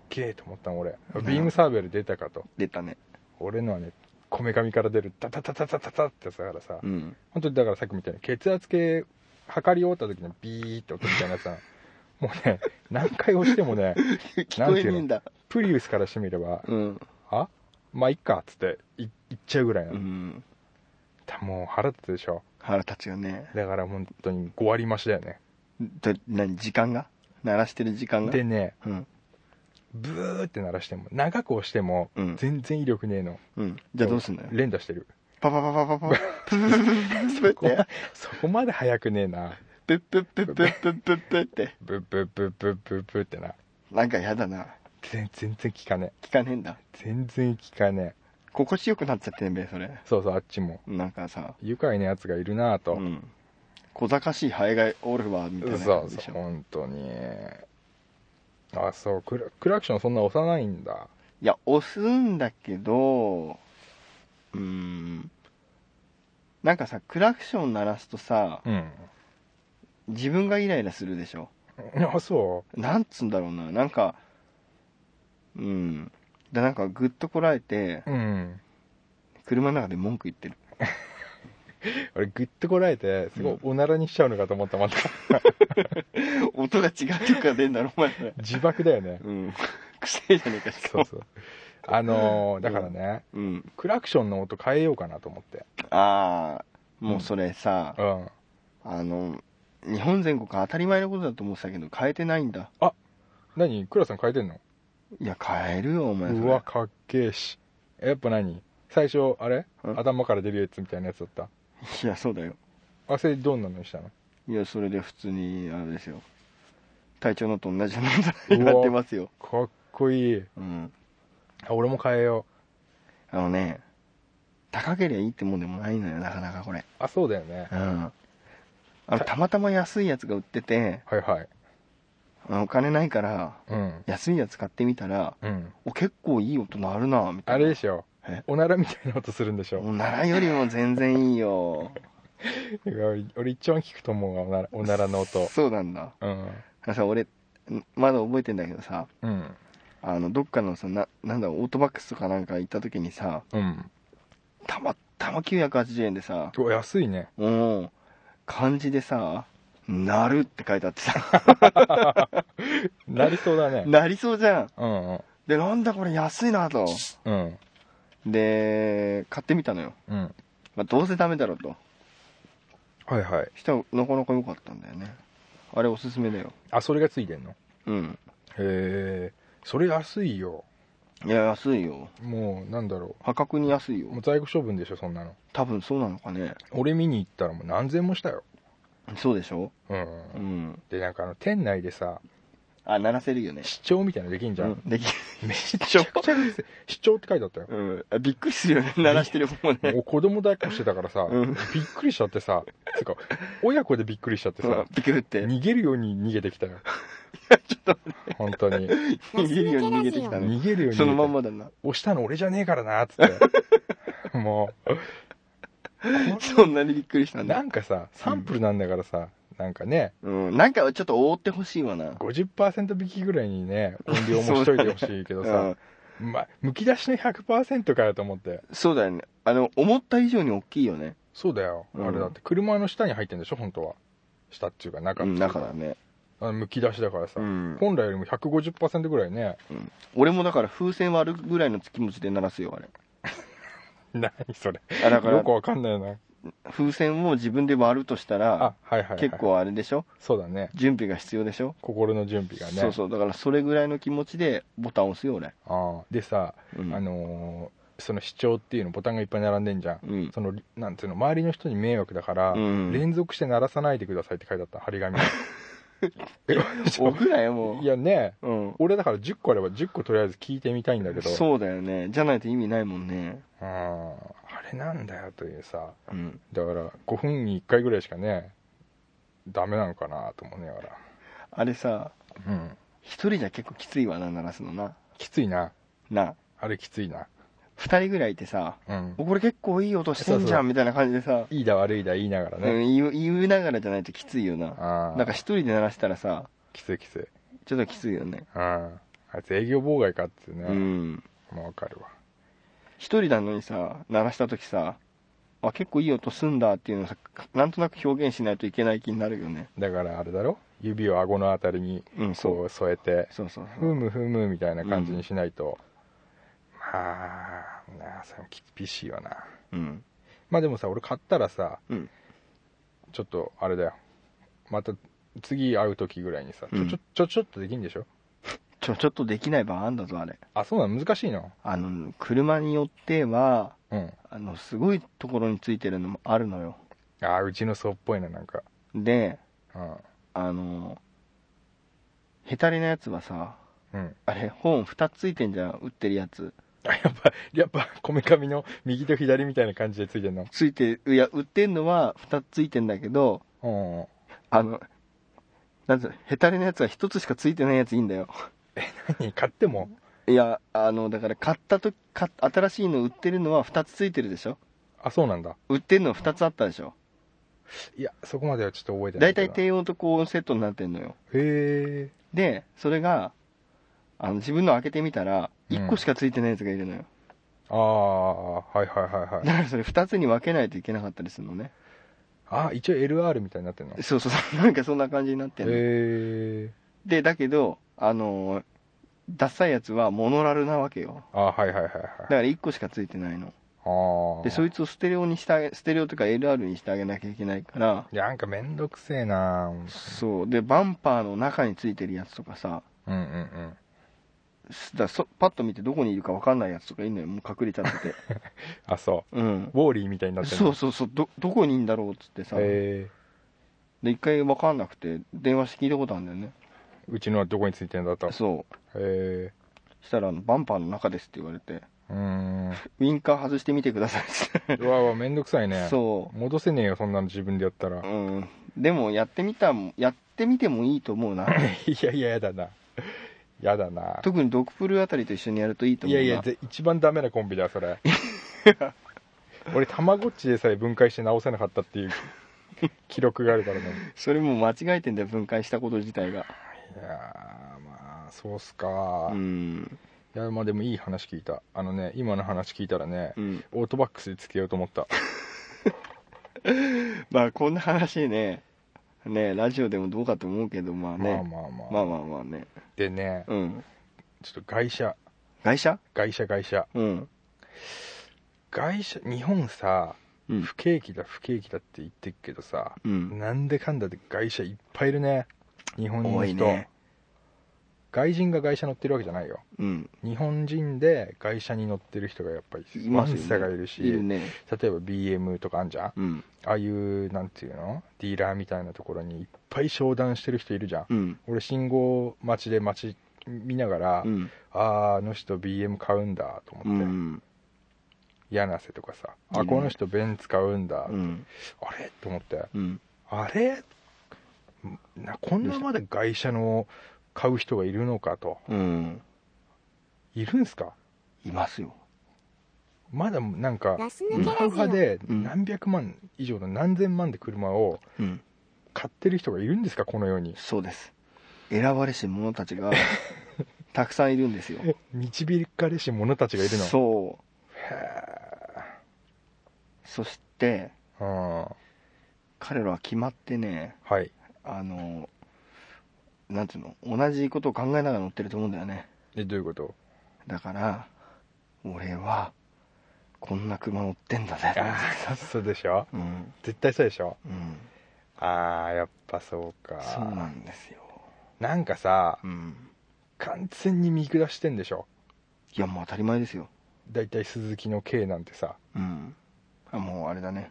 ゲーと思ったの俺ビームサーベル出たかと
出たね
俺のはねこめかみから出るタタタタタタタってやつだからさ、
うん
本当にだからさっきみたいに血圧計測り終わった時のビーって音みたいなさもうね何回押してもね
聞こえねえんだ
プリウスからしてみれば
うん
あまあいっかっつってい行っちゃうぐらいな
う
の、
ん
たもう腹立つでしょ
腹立つよね
だから本当に5割増しだよね
ど何時間が鳴らしてる時間が
でね
うん
ブーって鳴らしても長く押しても
うん
全然威力ねえの、
うんじゃあどうすんのよ
連打してる
パパパパパパプープー
こ
って
そこまで速くねえな
プップップップップップップッって
ブッブッブッブッブッブッってな
なんかやだな
全全然効かね
聞かねえんだ
え全然効かねえ
心地よくなっちゃってんべそれ
そうそうあっちも
なんかさ
愉快なやつがいるなぁと、
うん小賢しいハエがオルファーみたいな
そ
感
う
じでし
そう
ょ
本当にあそうクラクラクションそんな押さないんだ
いや押すんだけどうーんなんかさクラクション鳴らすとさ
うん
自分がイライラするでしょ
あそ
なんつうんだろうななんかうんでなんかグッとこらえて
ううん
車の中で文句言ってる
俺グッとこらえてすごいおならにしちゃうのかと思ったま た
音が違うとか出んだろお前それ
自爆だよね
うん癖じゃねえかしか
そう
も
そうあのーだからね、
うん
クラクションの音変えようかなと思って
ああもうそれさ、
うん
あの日本全国当たり前のことだと思ってたけど変えてないんだ
何クラさん変えてんの
いや変えるよお前そうれ
わかっけえしやっぱ何最初あれ
うん
頭から出るやつみたいなやつだった
いやそうだよ
あそれどんなのにしたの
いやそれで普通にあれですよ体調のと同じようなもんじゃないになってますよ
かっこいい
うん
あ俺も変えよ
あのね高ければいいってもんでもないのよなかなかこれ
うあそうだよね
うんあのたまたま安いやつが売ってて
はいはい
あのお金ないから
うん
安いやつ買ってみたら
うん
お結構いい音鳴るなみた
あ
いな
れでしょ
え
おならみたいな音するんでしょ
おならよりも全然いいよ
いや俺俺一番聞くと思うわおならおならの音
そうなんだ
うん
あのさ俺んまだ覚えてんだけどさ
うん
あのどっかのさななんだろうオートバックスとかなんか行った時にさ
うん
たまたま980円でさ
うわ安いね
うん漢字でさ「なる」って書いてあってさ
なりそうだね
なりそうじゃん
うんうん
でなんだこれ安いなと
うん
で買ってみたのよ、
うん
まあ、どうせダメだろうと
はいはい
したらなかなか良かったんだよねあれおすすめだよ
あそれがついてんのへ
うん
えそれ安いよ
いや安いよ
もうなんだろ
破格に安いう
もう
よ
在庫処分でしょそんなの
多分そうなのかね
俺見に行ったらもう何千もしたよ
そうでしょ
うん、
うん
でなんかあの店内でさ
あ、鳴らせるよね。
視聴みたいなのできんじゃん、
うんでき
めちゃくちゃ視聴って書いてあったよ、
うん。あびっくりするよ ね。鳴らしてる方もね。
もう子供抱っこしてたからさ、
うん
びっくりしちゃってさつうか親子でびっくりしちゃって
う
さ
ん、びっくりって。
逃げるように逃げてきたよ
ちょっと
本当に
逃げるように逃げてきたね。
逃げるように
そのまんまだな。
押したの俺じゃねえからなっつっ ても
そんなにびっくりした
うんな
だ。
んかさサンプルなんだからさ、なんかね
うん。なんかちょっと覆ってほしいわな。
50%引きぐらいにね音量もしといてほしいけど
う
さ
ん、
ま、むき出しの100%かよと思って
そうだよね。あの、思った以上に大きいよね。
そうだよ、
うん
あれだって車の下に入ってんでしょ本当は下っていうか中
う
ってい
ん、
うか
中だね。
あのむき出しだからさ、
うん。
本来よりも150%ぐらいね
俺もだから風船割るぐらいの気持ちで鳴らすよ、あれ。
何それ
あだか
よ
ら
く、わかんないな
風船を自分で割るとしたら
あ、はいはい、はい、
結構あれでしょ
そうだね
準備が必要でしょ
心の準備がね
そうそう。だからそれぐらいの気持ちでボタン押すよ、俺。
あーでさ、
うん
あのーその視聴っていうのボタンがいっぱい並んでんじゃん
うん。
そのなんていうの周りの人に迷惑だから、
うん
連続して鳴らさないでくださいって書いてあった 張り紙
置くなよ、もう。
いやね
うん。
俺だから10個あれば10個とりあえず聞いてみたいんだけど
そうだよね。じゃないと意味ないもんね。
うんあれなんだよというさ
うん。
だから5分に1回ぐらいしかねダメなのかなと思いながら
あれさ、
うん
一人じゃ結構きついわな、鳴らすのな。
きついな
な。
あれきついな
二人ぐらいいてさ、
うん
おこれ結構いい音してんじ
そう
ゃ、
そうん
みたいな感じでさ、
いいだ悪いだ言いながら
うん、
ね、
言う言いながらじゃないときついよな。
ああ
なんか一人で鳴らしたらさ、
きついきつい
ちょっときついよね。
うんあいつ営業妨害かってね、
うん。
もうわかるわ
一人なのにさ、鳴らした時さ、あ、結構いい音すんだっていうのをさ、なんとなく表現しないといけない気になるよね。
だからあれだろ指を顎のあたりに
うん、そう。
こう添えて
そうそうそ
ふ
う。
むふむみたいな感じにしないと、まあなあそれも厳しいよな
うん。
まあでもさ俺買ったらさ、
うん
ちょっとあれだよまた次会う時ぐらいにさち
う
ょ
ん
ちょちょちょっとできんでしょ
ちょ、ちょっとできない場合あんだぞ、あれ。
あそうなの難しいの
あの、車によっては、
うん
あの、すごいところについてるのもあるのよ。
あうちのそうっぽいななんか
で、
うん
あの、ヘタレなやつはさ、
うん
あれ、本2つついてんじゃん、売ってるやつ。
あやっぱやっぱこめかみの右と左みたいな感じでついてんの
ついて、いや、売ってんのは2つついてんだけど、
うん
あの、なんつヘタレのやつは1つしかついてないやついいんだよ。
何 買っても
いや、あの、だから買ったとき、買っ新しいの売ってるのは2つついてるでしょ
あそうなんだ
売ってるの2つあったでしょ
いやそこまではちょっと覚えてな
大
いけど
体低音と高音セットになってんのよ。
へえ
で、それが、あの、自分の開けてみたら、
うん
1個しかついてないやつがいるのよ。
ああはいはいはいはい
だからそれ2つに分けないといけなかったりするのね。
あ一応 LR みたいになってんのへ
そうそうそう、なんかそんな感じになってる、
え
で、だけど、あのーダッサいやつはモノラルなわけよ。
あはいはいはいはい
だから1個しかついてないの。
ああ
で、そいつをステレオにしてあげ、ステレオとか LR にしてあげなきゃいけないから、
いやなんかめんどくせえな
そう。で、バンパーの中についてるやつとかさ、
うんうんうん
すだそパッと見てどこにいるか分かんないやつとかいるのよ。もう隠れちゃ ってて。。
あそううんウォーリーみたいになってん
そう
そ
そうそう、ど、どこにいんだろうっつってさ、
へえ
で、一回分かんなくて、電話して聞いたことあるんだよね。
うちのはどこについてんだとへ
そう。
え
したら、あのバンパーの中ですって言われて、
うーん
ウインカー外してみてくださいっつって。
うわうわめんどくさいね
そう
戻せねえよそんなの自分でやったらい
うん、でもやってみたもやってみてもいいと 思うな
やいややだなやだな
特にドクプルあたりと一緒にやるといいと
い
思う
や
ない
やぜ一番ダメなコンビだよ それ俺たまごっちでさえ分解して直せなかったっていう記録があるからね
それも間違えてんだよ分解したこと自体が
いやーまあそうっすか、
う
い
ん、
やまあでもいい話聞いたあのね今の話聞いたらね、
うん、
オートバックスでつけようと思った
まあこんな話ねねラジオでもどうかと思うけどまあ
まあ
ね
まあまあ、
まあまあまあね
でね
うん
ちょっと外車
外車
外車外車
うん
外車日本さ
うん
不景気だ不景気だって言ってるけどさ、
うん
なんでかんだで外車いっぱいいるね日本の人
多いね
外人が外車乗ってるわけじゃないよ
うん。
日本人で外車に乗ってる人がやっぱり
い
ワ
ますよ
ン
ね。
サがいるし
いるね。
例えば BM とかあんじゃんあ
うん。
あいうなんていうのディーラーみたいなところにいっぱい商談してる人いるじゃん、
うん。
俺信号待ちで待ち見ながら、
うん。
あああの人 BM 買うんだと思っ
う
て、
ん。
柳瀬とかさ、
う
あ
ん
この人ベンツ買うんだ、
うん。
あれと思って
うん。
あれなこんなまで外車の買う人がいるのかと
うん。
いるんすか
いますよ。
まだなんか
ガス
ウ
抜け
ハ
ラ
ウハ
ジオ
で
うん
何百万以上の何千万で車を
うん。
買ってる人がいるんですかこの 世に
そうです。選ばれし者たち が、たくさんいるんですよ。
導かれし者たちがいるの
そう。
へ
そして、
ーうん
彼らは決まってね、
はい
あの、なんていうの、同じことを考えながら乗ってると思うんだよね。
えどういうこと
だから、俺は、こんな車乗ってんだ
あ
ぜ。
あそうでしょ
うん。
絶対そうでしょ
うん。
ああやっぱそうか
そうなんですよ。
なんかさ
うん。
完全に見下してんでしょ
いや、もう当たり前ですよ。
だいたい鈴木の K なんてさ
うん。あ、もうあれだね。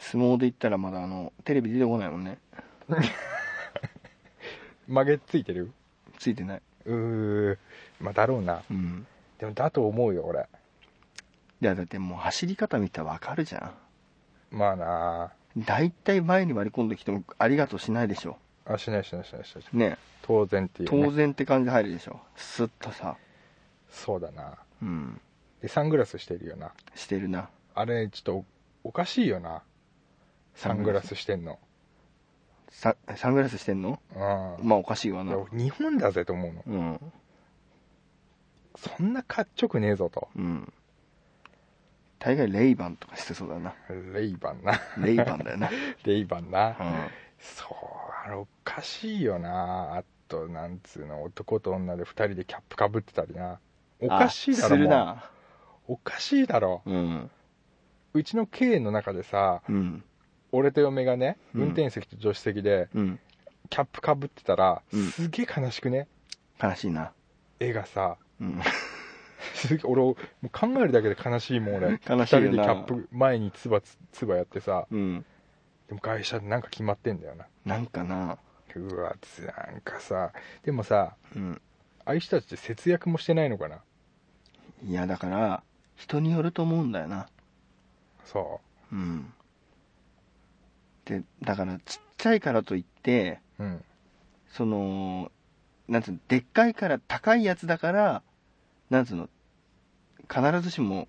相撲で言ったらまだあの、テレビ出てこないもんね。
曲げついてる
ついてない。
うーまあだろうな
うん。
でもだと思うよ俺
いや、だってもう走り方見たらわかるじゃ
まあな
うん。だいたい前に割り込んできても、ありがとうしないでしょ。
あしないしないしないしない
ね。
当然っていう、ね、
当然って感じで入るでしょスッとさ
そうだな
うん
でサングラスしてるよな
してるな
あれちょっとおおかしいよなサングラスしてんの
ササングラスしてんの
うん
まあおかしいわ
い
な
や日本だぜと思うの
うん
そんなかっちょくねえぞと
うん大概レイバンとかしてそうだな
レイバンな
レイバンだよな
レイバンな、
うん
そうあれおかしいよなあとなんつうの男と女で2人でキャップかぶってたりなおかしいだ
あす
ろも
る
う
な
おかしいだろ
うん
うちの K の中でさ
うん
俺と嫁がね
うん
運転席と助手席で
うん
キャップかぶってたら、
うん
すげえ悲しくね
悲しいな
絵がさ
うん
すげえ俺もう考えるだけで悲しいもん 俺
悲
2
しいよ
人
な
でキャップ前につばつつばやってさ
うん
でも会社でなんか決まってんだよな
なんかな
うわつなんかさでもさ
うん
ああいう人たちって節約もしてないのかない
やだから人によると思うんだよな
そ
うんでだからちっちゃいからといって
ううん
その、なんつうの、でっかいから高いやつだから、なんつうの、必ずしも、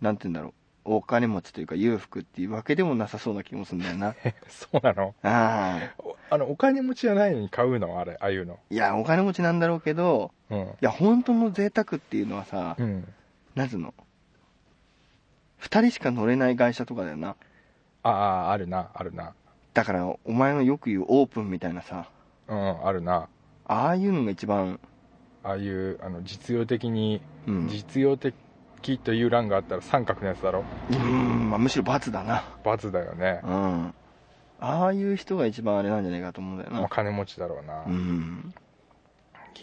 なんて言うんだろう、お金持ちというか裕福っていうわけでもなさそうな気もするんだよな。
そうなの
ああ、
おあのお金持ちじゃないのに買うのあれああいうの
いや、お金持ちなんだろうけど、
うん
いや、本当の贅沢っていうのはさ、
うん
なんつうの、二人しか乗れない会社とかだよな。
あああるなあるな
だから、お前のよく言うオープンみたいなさ、
うんあるな
ああいうのが一番、
ああいうあの実用的に、
うん、
実用的という欄があったら三角のやつだろ
うんまあ、むしろ罰だな。
バツだよね、
うん。ああいう人が一番あれなんじゃないかと思うんだよ
まあ、
な。
金持ちだろうな、
う
い
ん。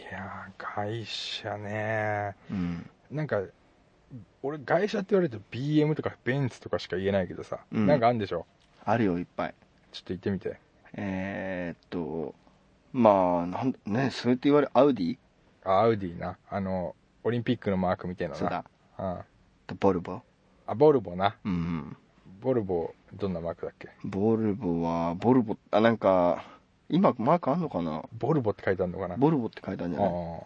やー会社ね
うん。
なんか俺会社って言われると BM とかベンツとかしか言えないけどさ、
うん
なんかあんでしょ
あるよ、いっぱい。
ちょっと言ってみて
えーっと、まあ、なんね、そうやって言われ、アウディ
あアウディなあのオリンピックのマークみたいなの
そう
な
だ。
うん
と、ボルボ。
あボルボな
うん。
ボルボどんなマークだっけ
ボルボは、ボルボ、あ、なんか、今、マークあんのかな
ボルボって書いてあるのかな
ボルボって書いてあるんじゃない
ああ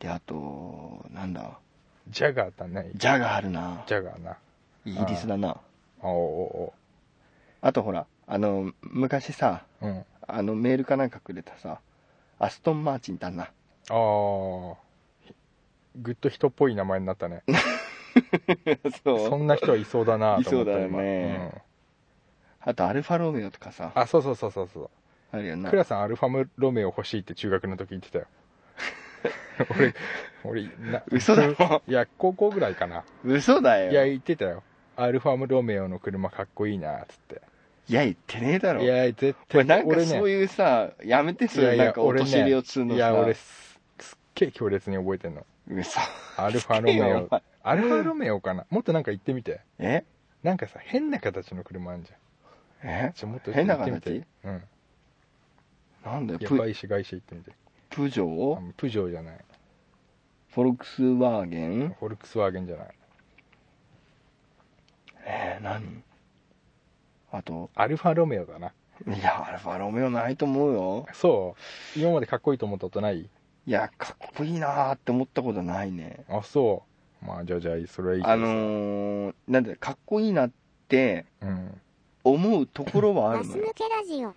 で、あと、なんだ、
ジャガーだね
ジャガーあるな。
ジャガーな
イギリスだな。
おうお
あとほら、あの、昔さ、
うおううん
あの、メールかなんかくれたさ、アストンマーチンだな。
ああぐっと人っぽい名前になったね
そう
そんな人はいそうだなと
いそ
思った
うだよ
今
ねあとアルファロメオとかさ、
うん、あそうそうそうそうそう
あるよな
ク。ラさんアルファロメオ欲しいって中学の時言ってた よ俺俺な
嘘だろ
いや高校ぐらいかな
嘘だよ。
いや言ってたよアルファロメオの車かっこいいなっつって
いやいってねえだろ
いや絶
これ
対
なんか
俺
そう
ね
いうさ、やめてそれ
いやいや
なんかお
俺ね
年入りをつうの
い
さ
や俺すすっげえ強烈に覚えてんの
嘘
アルファロメ
お
オ
前
アルファロメオかなもっとなんか言ってみて
え
なんかさ変な形の車あんじゃん
え
ちょもっと
変な
言ってみ
形
てうん
なんだよ
やば
プ
い市街車行ってみて
プジョ
あ
ー
プジョーじゃない
フォルクスワーゲン
フォルクスワーゲンじゃない
えー、何あと
アルファロメオだない
やアルファロメオないと思うよ
そう今までかっこいいと思ったことない
いやかっこいいなーって思ったことないね
あそうまあじゃあじゃあそれはいいけど
あのー、なんだよかっこいいなって
うん
思うところはあ
ガ
る
ス
の
抜
よ
けラジオ。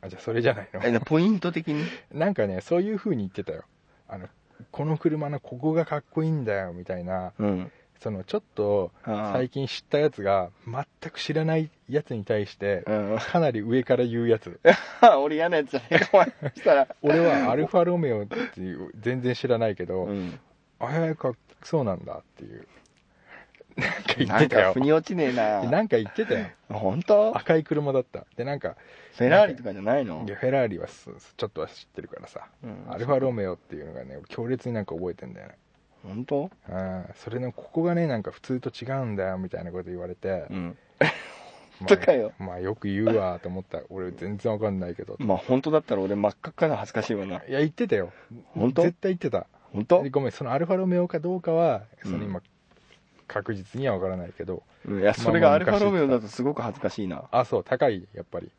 あじゃあそれじゃないの
えなポイント的に
なんかねそういう風に言ってたよあのこの車のここがかっこいいんだよみたいな
うん
そのちょっと
あ
最近知ったやつが全く知らないやつに対して
ー
かなり上から言うやつ
うん 俺嫌なやつじゃねえかお前そしたら
俺はアルファロメオっていう全然知らないけど、
うん
あやかそうなんだっていうなんか言っ
なん
てた
か
よ
腑に落ちねえな
なんか言ってたよ
本当
赤い車だったでなんか
フェラーリとかじゃないの
いやフェラーリはすちょっとは知ってるからさ、
うん
アルファロメオっていうのがね俺強烈になんか覚えてんだよね
本当
うんそれのここがねなんか普通と違うんだよみたいなこと言われて、
うん
まあ
当かよ
まあよく言うわと思った俺全然わかんないけど、
まあ本当だったら俺真っ赤っかな恥ずかしいわない
や言ってたよ
本当
絶対言ってた
本当
でごめんそのアルファロメオかどうかは
う
そ
ん
の今、確実にはわからないけど
いやそれがアルファロメオだとすごく恥ずかしいな
あそう高いやっぱり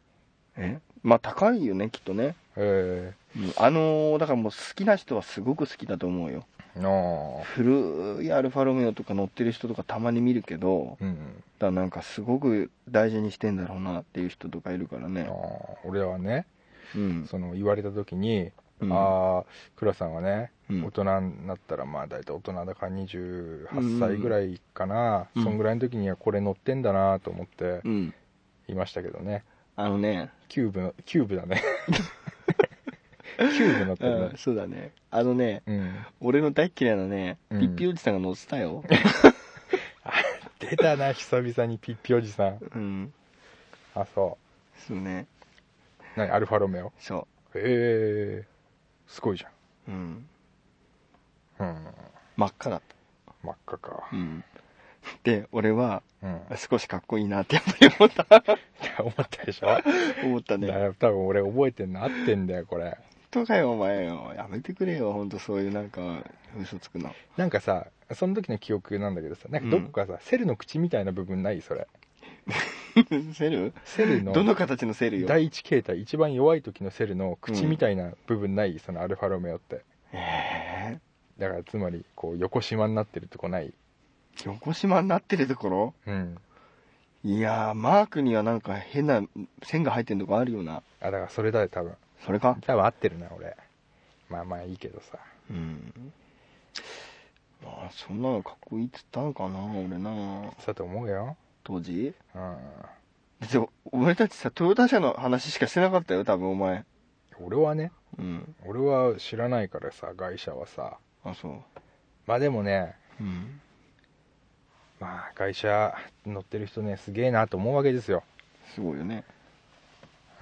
えまあ高いよねきっとね
え
うんあのーだからもう好きな人はすごく好きだと思うよ
えの
古いアルファロメオとか乗ってる人とかたまに見るけど
う
だ
ん
からなんかすごく大事にしてんだろうなっていう人とかいるから
あ
ね
ー俺はね
うん
その言われた時に、
うん
ああ倉さんはね、
うん
大人になったらまあ大体大人だから28歳ぐらいかな、
うん
そんぐらいの時にはこれ乗ってんだなと思って
うん
いましたけどね
あのね
キューブのキューブだねキューブ乗ってるね
うん、そうだねあのね
うん
俺の大っ嫌いなねピ
うん
ッピおじさんが乗ってた よ
出たな久々にピッピおじさん
うん
あそ
そうね
う何アルファロメオ
そ
へえすごいじ
ううん
ゃんうん
真っ赤だっ
真っ赤か
たうんで俺は
うん
少しかっこいいなってやっぱり思った
思ったでしょ
思った
だか
ね
ら多分俺覚えてんの合ってんだよこれ
とかよお前よやめてくれよほんとそういうなんか嘘つくの
なんかさその時の記憶なんだけどさなんかどこかさ、セルの口みたいな部分ないそれ
セル
セルの
どの形のセルよ
第一形態一番弱い時のセルの口みたいな部分ない、そのアルファロメオって
え
だからつまりこう横島になってるとこない
ー、横島になってるところ
うん
いやーマークにはなんか変な線が入ってんとこあるよな
あだからそれだよ多分
それか
多分合ってるな俺まあまあいいけどさ
うんまあそんなのかっこいいっつったのかな俺な
そうだと思うよ
当時
うん
別に俺たちさトヨタ車の話しかしてなかったよ多分お前
俺はね
うん
俺は知らないからさ外車はさ
あそう
まあでもね
うん
まあ外車乗ってる人ねすげえなと思うわけですよ
すごいよね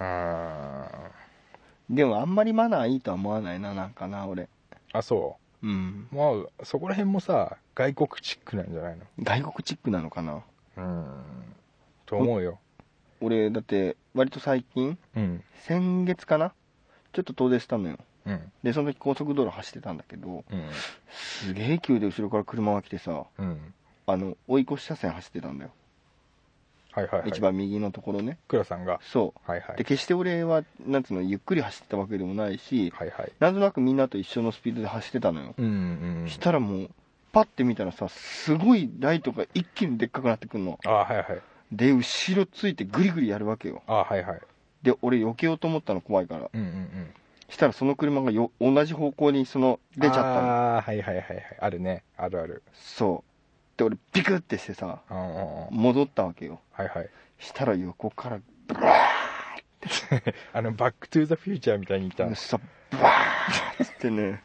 うんあ
でもあんまりマナーいいとは思わないななんかな俺
そ
うん
うまあそこら辺もさ外国チックなんじゃないの
外国チックなのかな
うんと思うよ
俺だって割と最近
うん
先月かなちょっと遠出したのよ
うん
でその時高速道路走ってたんだけど
うん
すげえ急で後ろから車が来てさ
うん
あの追い越し車線走ってたんだよ、
はいはいはい
一番右のところね
倉さんが
そう
はいはい
で決して俺はなんつうのゆっくり走ってたわけでもないし
はいはい
なんとなくみんなと一緒のスピードで走ってたのよ、
うんうん
したらもうパッて見たらさすごいライトが一気にでっかくなってくんの
あはいはい
で後ろついてグリグリやるわけよ
あはいはい
で俺避けようと思ったの怖いから
うんうんうん
したらその車がよ同じ方向にその出ちゃったの
あーはいはいはいはいあるねあるある
そうで俺ビクってしてさ
うんうんうん
戻ったわけよ
はいはい
したら横から
あのバック・トゥ・ザ・フューチャーみたいにいた
さブワーッつってね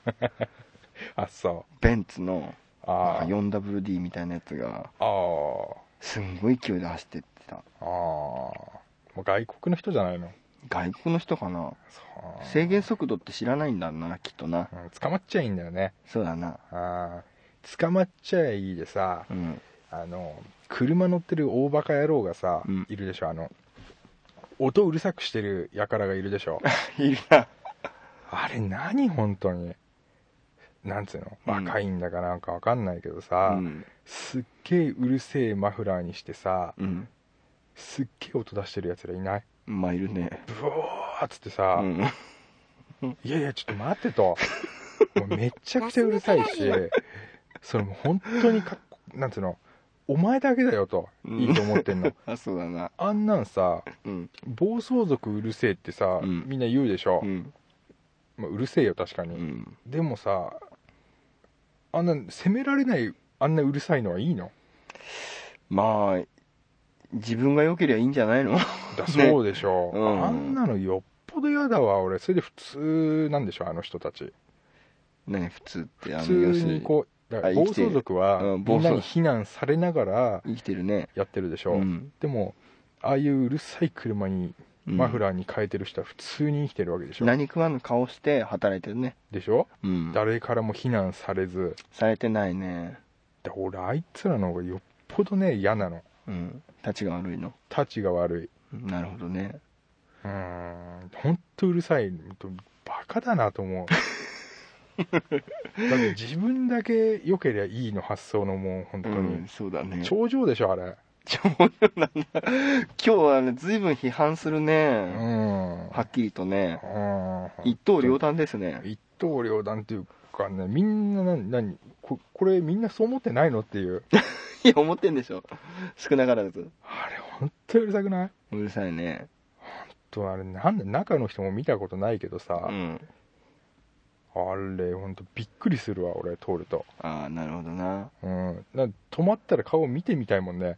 あそ
ベンツの
う
なん
あ
か
ー
4WD みたいなやつが
あー
すんごい勢いで走ってってた
あーもう外国の人じゃないの
外国の人かな
そう
制限速度って知らないんだなきっとな
うん捕まっちゃいいんだよね
そうだな
あー捕まっちゃいいでさ
うん
あの車乗ってる大バカ野郎がさ、
うん
いるでしょあの音うるさくしてる輩がいるで しょ
いるな
あれ何本当になんつうの
うん
若いんだかなんかわかんないけど
う
さ、
ん
すっげえうるせえマフラーにしてさ
うん
すっげえ音出してるやつらいない
まあいるね
ブワーっつってさ、
うん
いやいやちょっと待ってともうめちゃくちゃうるさいしそれもう本当にかっこなんつうのお前だけだよと
うん
いいと思ってんの、
あそうだな
あんなんさ
うん
暴走族うるせえってさ、
うん
みんな言うでしょ、
うん
まあ、うるせえよ確かに、
うん
でもさあんな責められないあんなうるさいのはいいの
まあ自分が良けりゃいいんじゃないの
だそうでしょ、
うん
あんなのよっぽど嫌だわ俺それで普通なんでしょあの人たち
何普通ってあ
普
の
通
要する
に
に
こうだから
あ
暴
生きてる
走族は
うん
み
暴
ん
走
なに非難されながら
生きてるね
やってるでし
う
ょ、
ん
でもああいううるさい車に
うん
マフラーに変えてる人は普通に生きてるわけでしょ、
何食わぬ顔して働いてるね
でしょ
うん
誰からも非難されず
されてないね
だ俺あいつらの方がよっぽどね嫌なの
うんたちが悪いの
たちが悪い
なるほどね
うーんほんとうるさいほんとバカだな と思うだって自分だけ良ければいいの発想のもう本当
う
に、
んそうだね
頂上でしょあれ
超なんだ今日はね随分批判する
う
ね
ん
はっきりとね
うん
一刀両断ですね
一刀両断っていうかねみんな何何ここれみんなそう思ってないのっていう
いや思ってんでしょ少なからず
あれ本当にうるさくないう
るさいね
とあれなんで中の人も見たことないけどさ
う、ん
あれ本当びっくりするわ俺通ると
ああなるほどな
うんな止まったら顔見てみたいもんね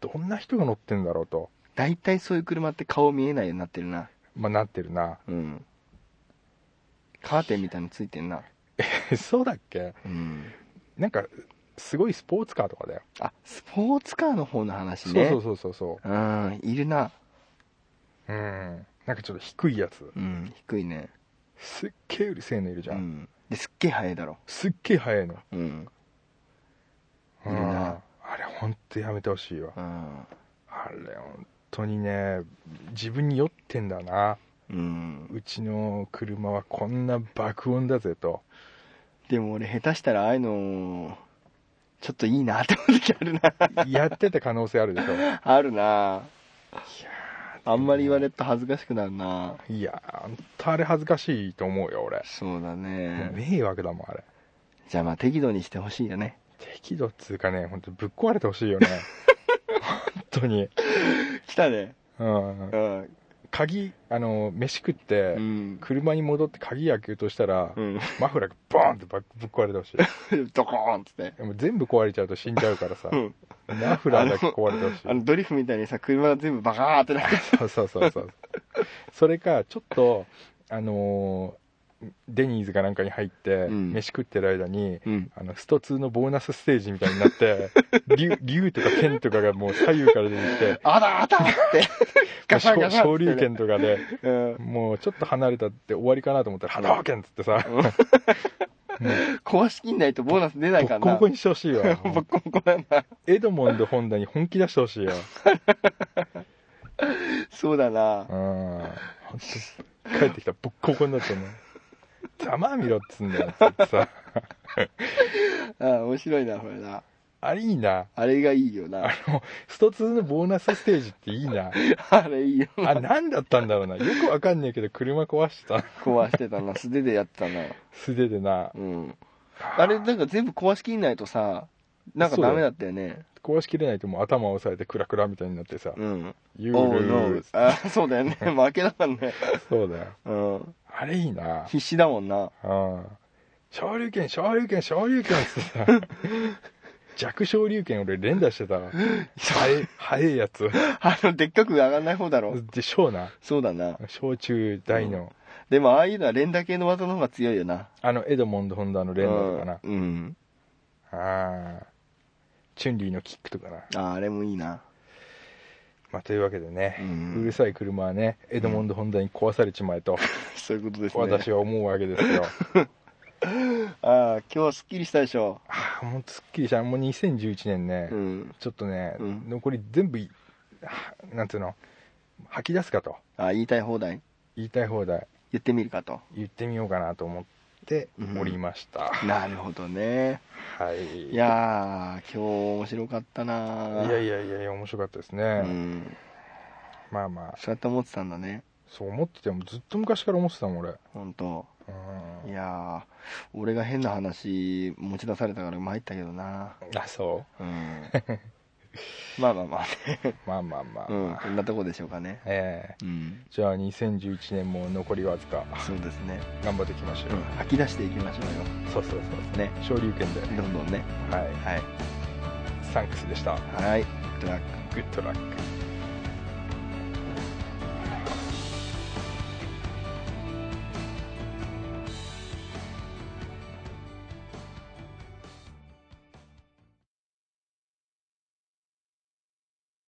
どんな人が乗ってんだろうと
大体そういう車って顔見えないようになってるな
まあなってるな
うんカーテンみたいのついてんな
そうだっけ
うん
なんかすごいスポーツカーとかだよ、
あスポーツカーの方の話
そう
ね
そうそうそうそ
うんいるな
ううんなんかちょっと低いやつ
うん低いね
すっげえうるせえのいるじ
う
ゃん、
んですっげえ速いだろ
すっげえ速いの
うん
う
いる
ん
な
あれ本当やめてほしいわ
うん
あれ本当にね自分に酔ってんだな
うん
うちの車はこんな爆音だぜと
でも俺下手したらああいうのちょっといいなって思う時あ るな
やってた可能性あるでしょ いや
あるなあんまり言われると恥ずかしくなるない
や本当あれ恥ずかしいと思うよ俺、
そうだ
もう
ね
迷惑だもんあれ
じゃあまあ適度にしてほしいよね
適度っつうかね本当ぶっ壊れてほしい よね本当に、
来たね
うん
う、ん
鍵あの飯食って、
うん
車に戻って鍵開けようとしたら、
うん
マフラーがボーンってばぶっ壊れてほしい
ドコーンっつって
でも全部壊れちゃうと死んじゃうからさ、
うん
マフラーだけ壊れてほしい
あのドリフみたいにさ車が全部バカーってなって
そうそうそうそうそれかちょっとあのーデニーズかなんかに入って、
うん
飯食ってる間に
うん
あのスト2のボーナスステージみたいになって 竜竜とか剣とかがもう左右から出てきて
あだあだ ってガシャンガシャン
昇竜拳とかで
うん
もうちょっと離れたって終わりかなと思ったら「波動拳」っつってさ
壊しきんないとボーナス出な
ボ
いか
ッ
ら
コボ
な
コにしてほしい わ
ボッコボコなんだ
エドモンド・ホンダに本気出してほしいよ
そうだな
うん本当帰ってきたらボッコボコになってんの「ざまあみろ」っつうんだよっつってさ
ああ面白いなこれな
あれいいな
あれがいいよな
あの、スト2のボーナスステージっていいな。
あれいいよ
あ、なんだったんだろうな。よくわかんねえけど、車壊してた。
壊してた な素手でやってたな
素手でな。
うんあれなんか全部壊しきんないとさなんかダメだったよね
壊しきれないともう頭を押さえてクラクラみたいになってさ、
うん
ゆ
お
う
う
るう
あそうだよ ね負けだからね
そうだよ。
うん
あれいいな。
必死だもんな
うん。昇竜拳、昇竜拳、昇竜拳ってさ、弱昇竜拳俺連打してたわ。早い、早いやつ。
あのでっかく上がんない方だろ
で、小な。
そうだな
小中大の。
でもああいうのは連打系の技の方が強いよな
あの、エドモンド・ホンダの連打とかな。
うんうん
ああ。チュンリーのキックとかな。
ああれもいいな
まあ、というわけでね、
う
うんるさい車はねエドモンド・ホンダに壊されちまえと、
そういうことですね。
私は思うわけですよ
ああ、今日すっきりしたでしょ。
ああもうすっきりしたもう2011年ね、
うん。
ちょっとね、
うん
残り全部いはなんていうの吐き出すかと
ああ、言いたい放題
言いたい放題
言ってみるかと。
言ってみようかなと思っておりました、
なるほどね。
はい
いやー、今日面白かった
い
なー
やいやいやいや面白かったですね、
うん。
まあまあ
そうやって思ってたんだね。
そう思っててもずっと昔から思ってたもん俺、う
ほんと。い
ん、
やー、俺が変な話持ち出されたから参ったけどな。
あそ
うん。 まあまあまあね
う。まあまあまあ、
うん。こんなとこでしょうかね。
ええ
うん。
じゃあ2011年も残りわずか
そうですね。
頑張っていきましょ
う
う、
ん。吐き出していきましょ
そうそう
うよ。ね。
そう昇竜拳で
どんどんね。
はい
はい。
サンクスでした
はい。トラック。
グッドラック